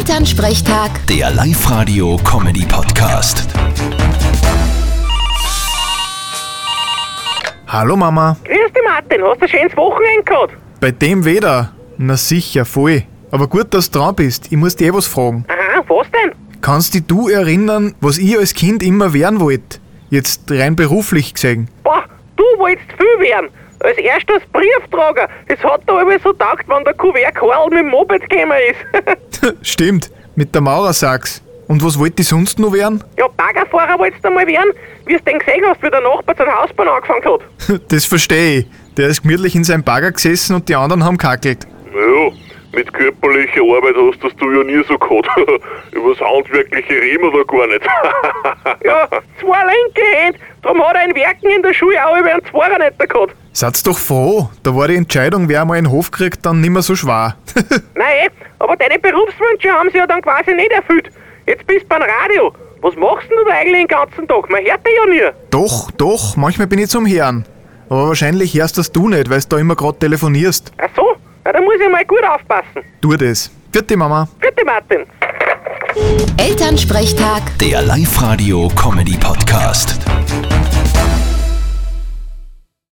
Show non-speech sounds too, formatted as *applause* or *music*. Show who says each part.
Speaker 1: Elternsprechtag,
Speaker 2: Der Live-Radio-Comedy-Podcast.
Speaker 3: Hallo Mama,
Speaker 4: Grüß dich, Martin. Hast du ein schönes Wochenende gehabt?
Speaker 3: bei dem Wetter? Na sicher, voll. Aber gut, dass du dran bist, ich muss dir eh was fragen.
Speaker 4: Aha, was denn?
Speaker 3: Kannst dich du erinnern, was ich als Kind immer werden wollte? Jetzt rein beruflich gesehen. *laughs*
Speaker 4: Boah, du wolltest viel werden. Als erstes Brieftrager. Das hat da immer so taugt, wenn der Kuvert Karl mit dem Moped gekommen ist. *laughs*
Speaker 3: Stimmt, mit der Maurersax. Und was wollte ich sonst noch werden?
Speaker 4: ja, Baggerfahrer wolltest du mal werden, wie es denn gesehen hast, wie der Nachbar seinen Hausbahn angefangen hat. *laughs*
Speaker 3: Das verstehe ich. Der ist gemütlich in seinem Bagger gesessen und die anderen haben kackelt.
Speaker 5: Naja, mit körperlicher Arbeit hast das du ja nie so *laughs* gehabt. Über das handwerkliche reden wir da gar nicht.
Speaker 4: Ja, zwei linke Hände. Darum hat er ein Werken in der Schule auch über einen Zweier nicht gehabt.
Speaker 3: Seid's doch froh, da war die Entscheidung, wer mal einen Hof kriegt, dann nimmer so schwer. *laughs*
Speaker 4: Nein, eh, aber deine Berufswünsche haben sie ja dann quasi nicht erfüllt. Jetzt bist du beim Radio. Was machst denn du da eigentlich den ganzen Tag? Man hört dich ja nie.
Speaker 3: doch, doch, manchmal bin ich zum Herrn. Aber wahrscheinlich hörst das du nicht, weil du da immer gerade telefonierst.
Speaker 4: Ach so, na, da muss ich mal gut aufpassen.
Speaker 3: Tu das. Vierte Mama.
Speaker 4: Bitte, Martin.
Speaker 1: Elternsprechtag.
Speaker 2: Der Live-Radio-Comedy-Podcast.